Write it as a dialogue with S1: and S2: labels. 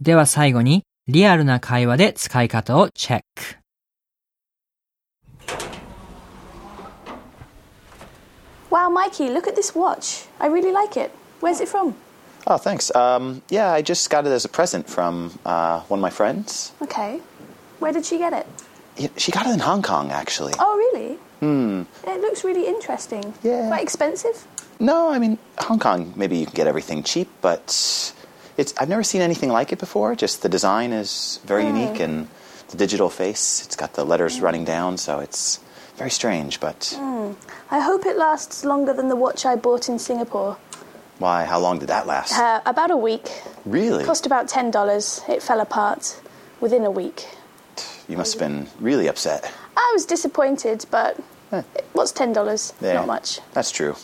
S1: では最後に、リアルな会話で使い方をチェック。
S2: Wow, Mikey, look at this watch. I really like it. Where's it from?
S3: Oh, thanks. Um, yeah, I just got it as a present from uh, one of my friends.
S2: Okay. Where did she get it?
S3: Yeah, She got it in Hong Kong, actually.
S2: Oh, really? Hmm. It looks really interesting.
S3: Yeah.
S2: Quite expensive?
S3: No, I mean Hong Kong. Maybe you can get everything cheap, but it's I've never seen anything like it before. Just the design is very
S2: Hmm.
S3: unique, and the digital face. It's got the letters running down, so it's very strange. But
S2: Hmm. I hope it lasts longer than the watch I bought in Singapore.
S3: why? How long did that last?
S2: Uh, about a week.
S3: really?
S2: Cost about $10. It fell apart within a week.
S3: You must have been really upset.
S2: I was disappointed, but what's $10?
S3: Yeah,
S2: Not much.
S3: That's true.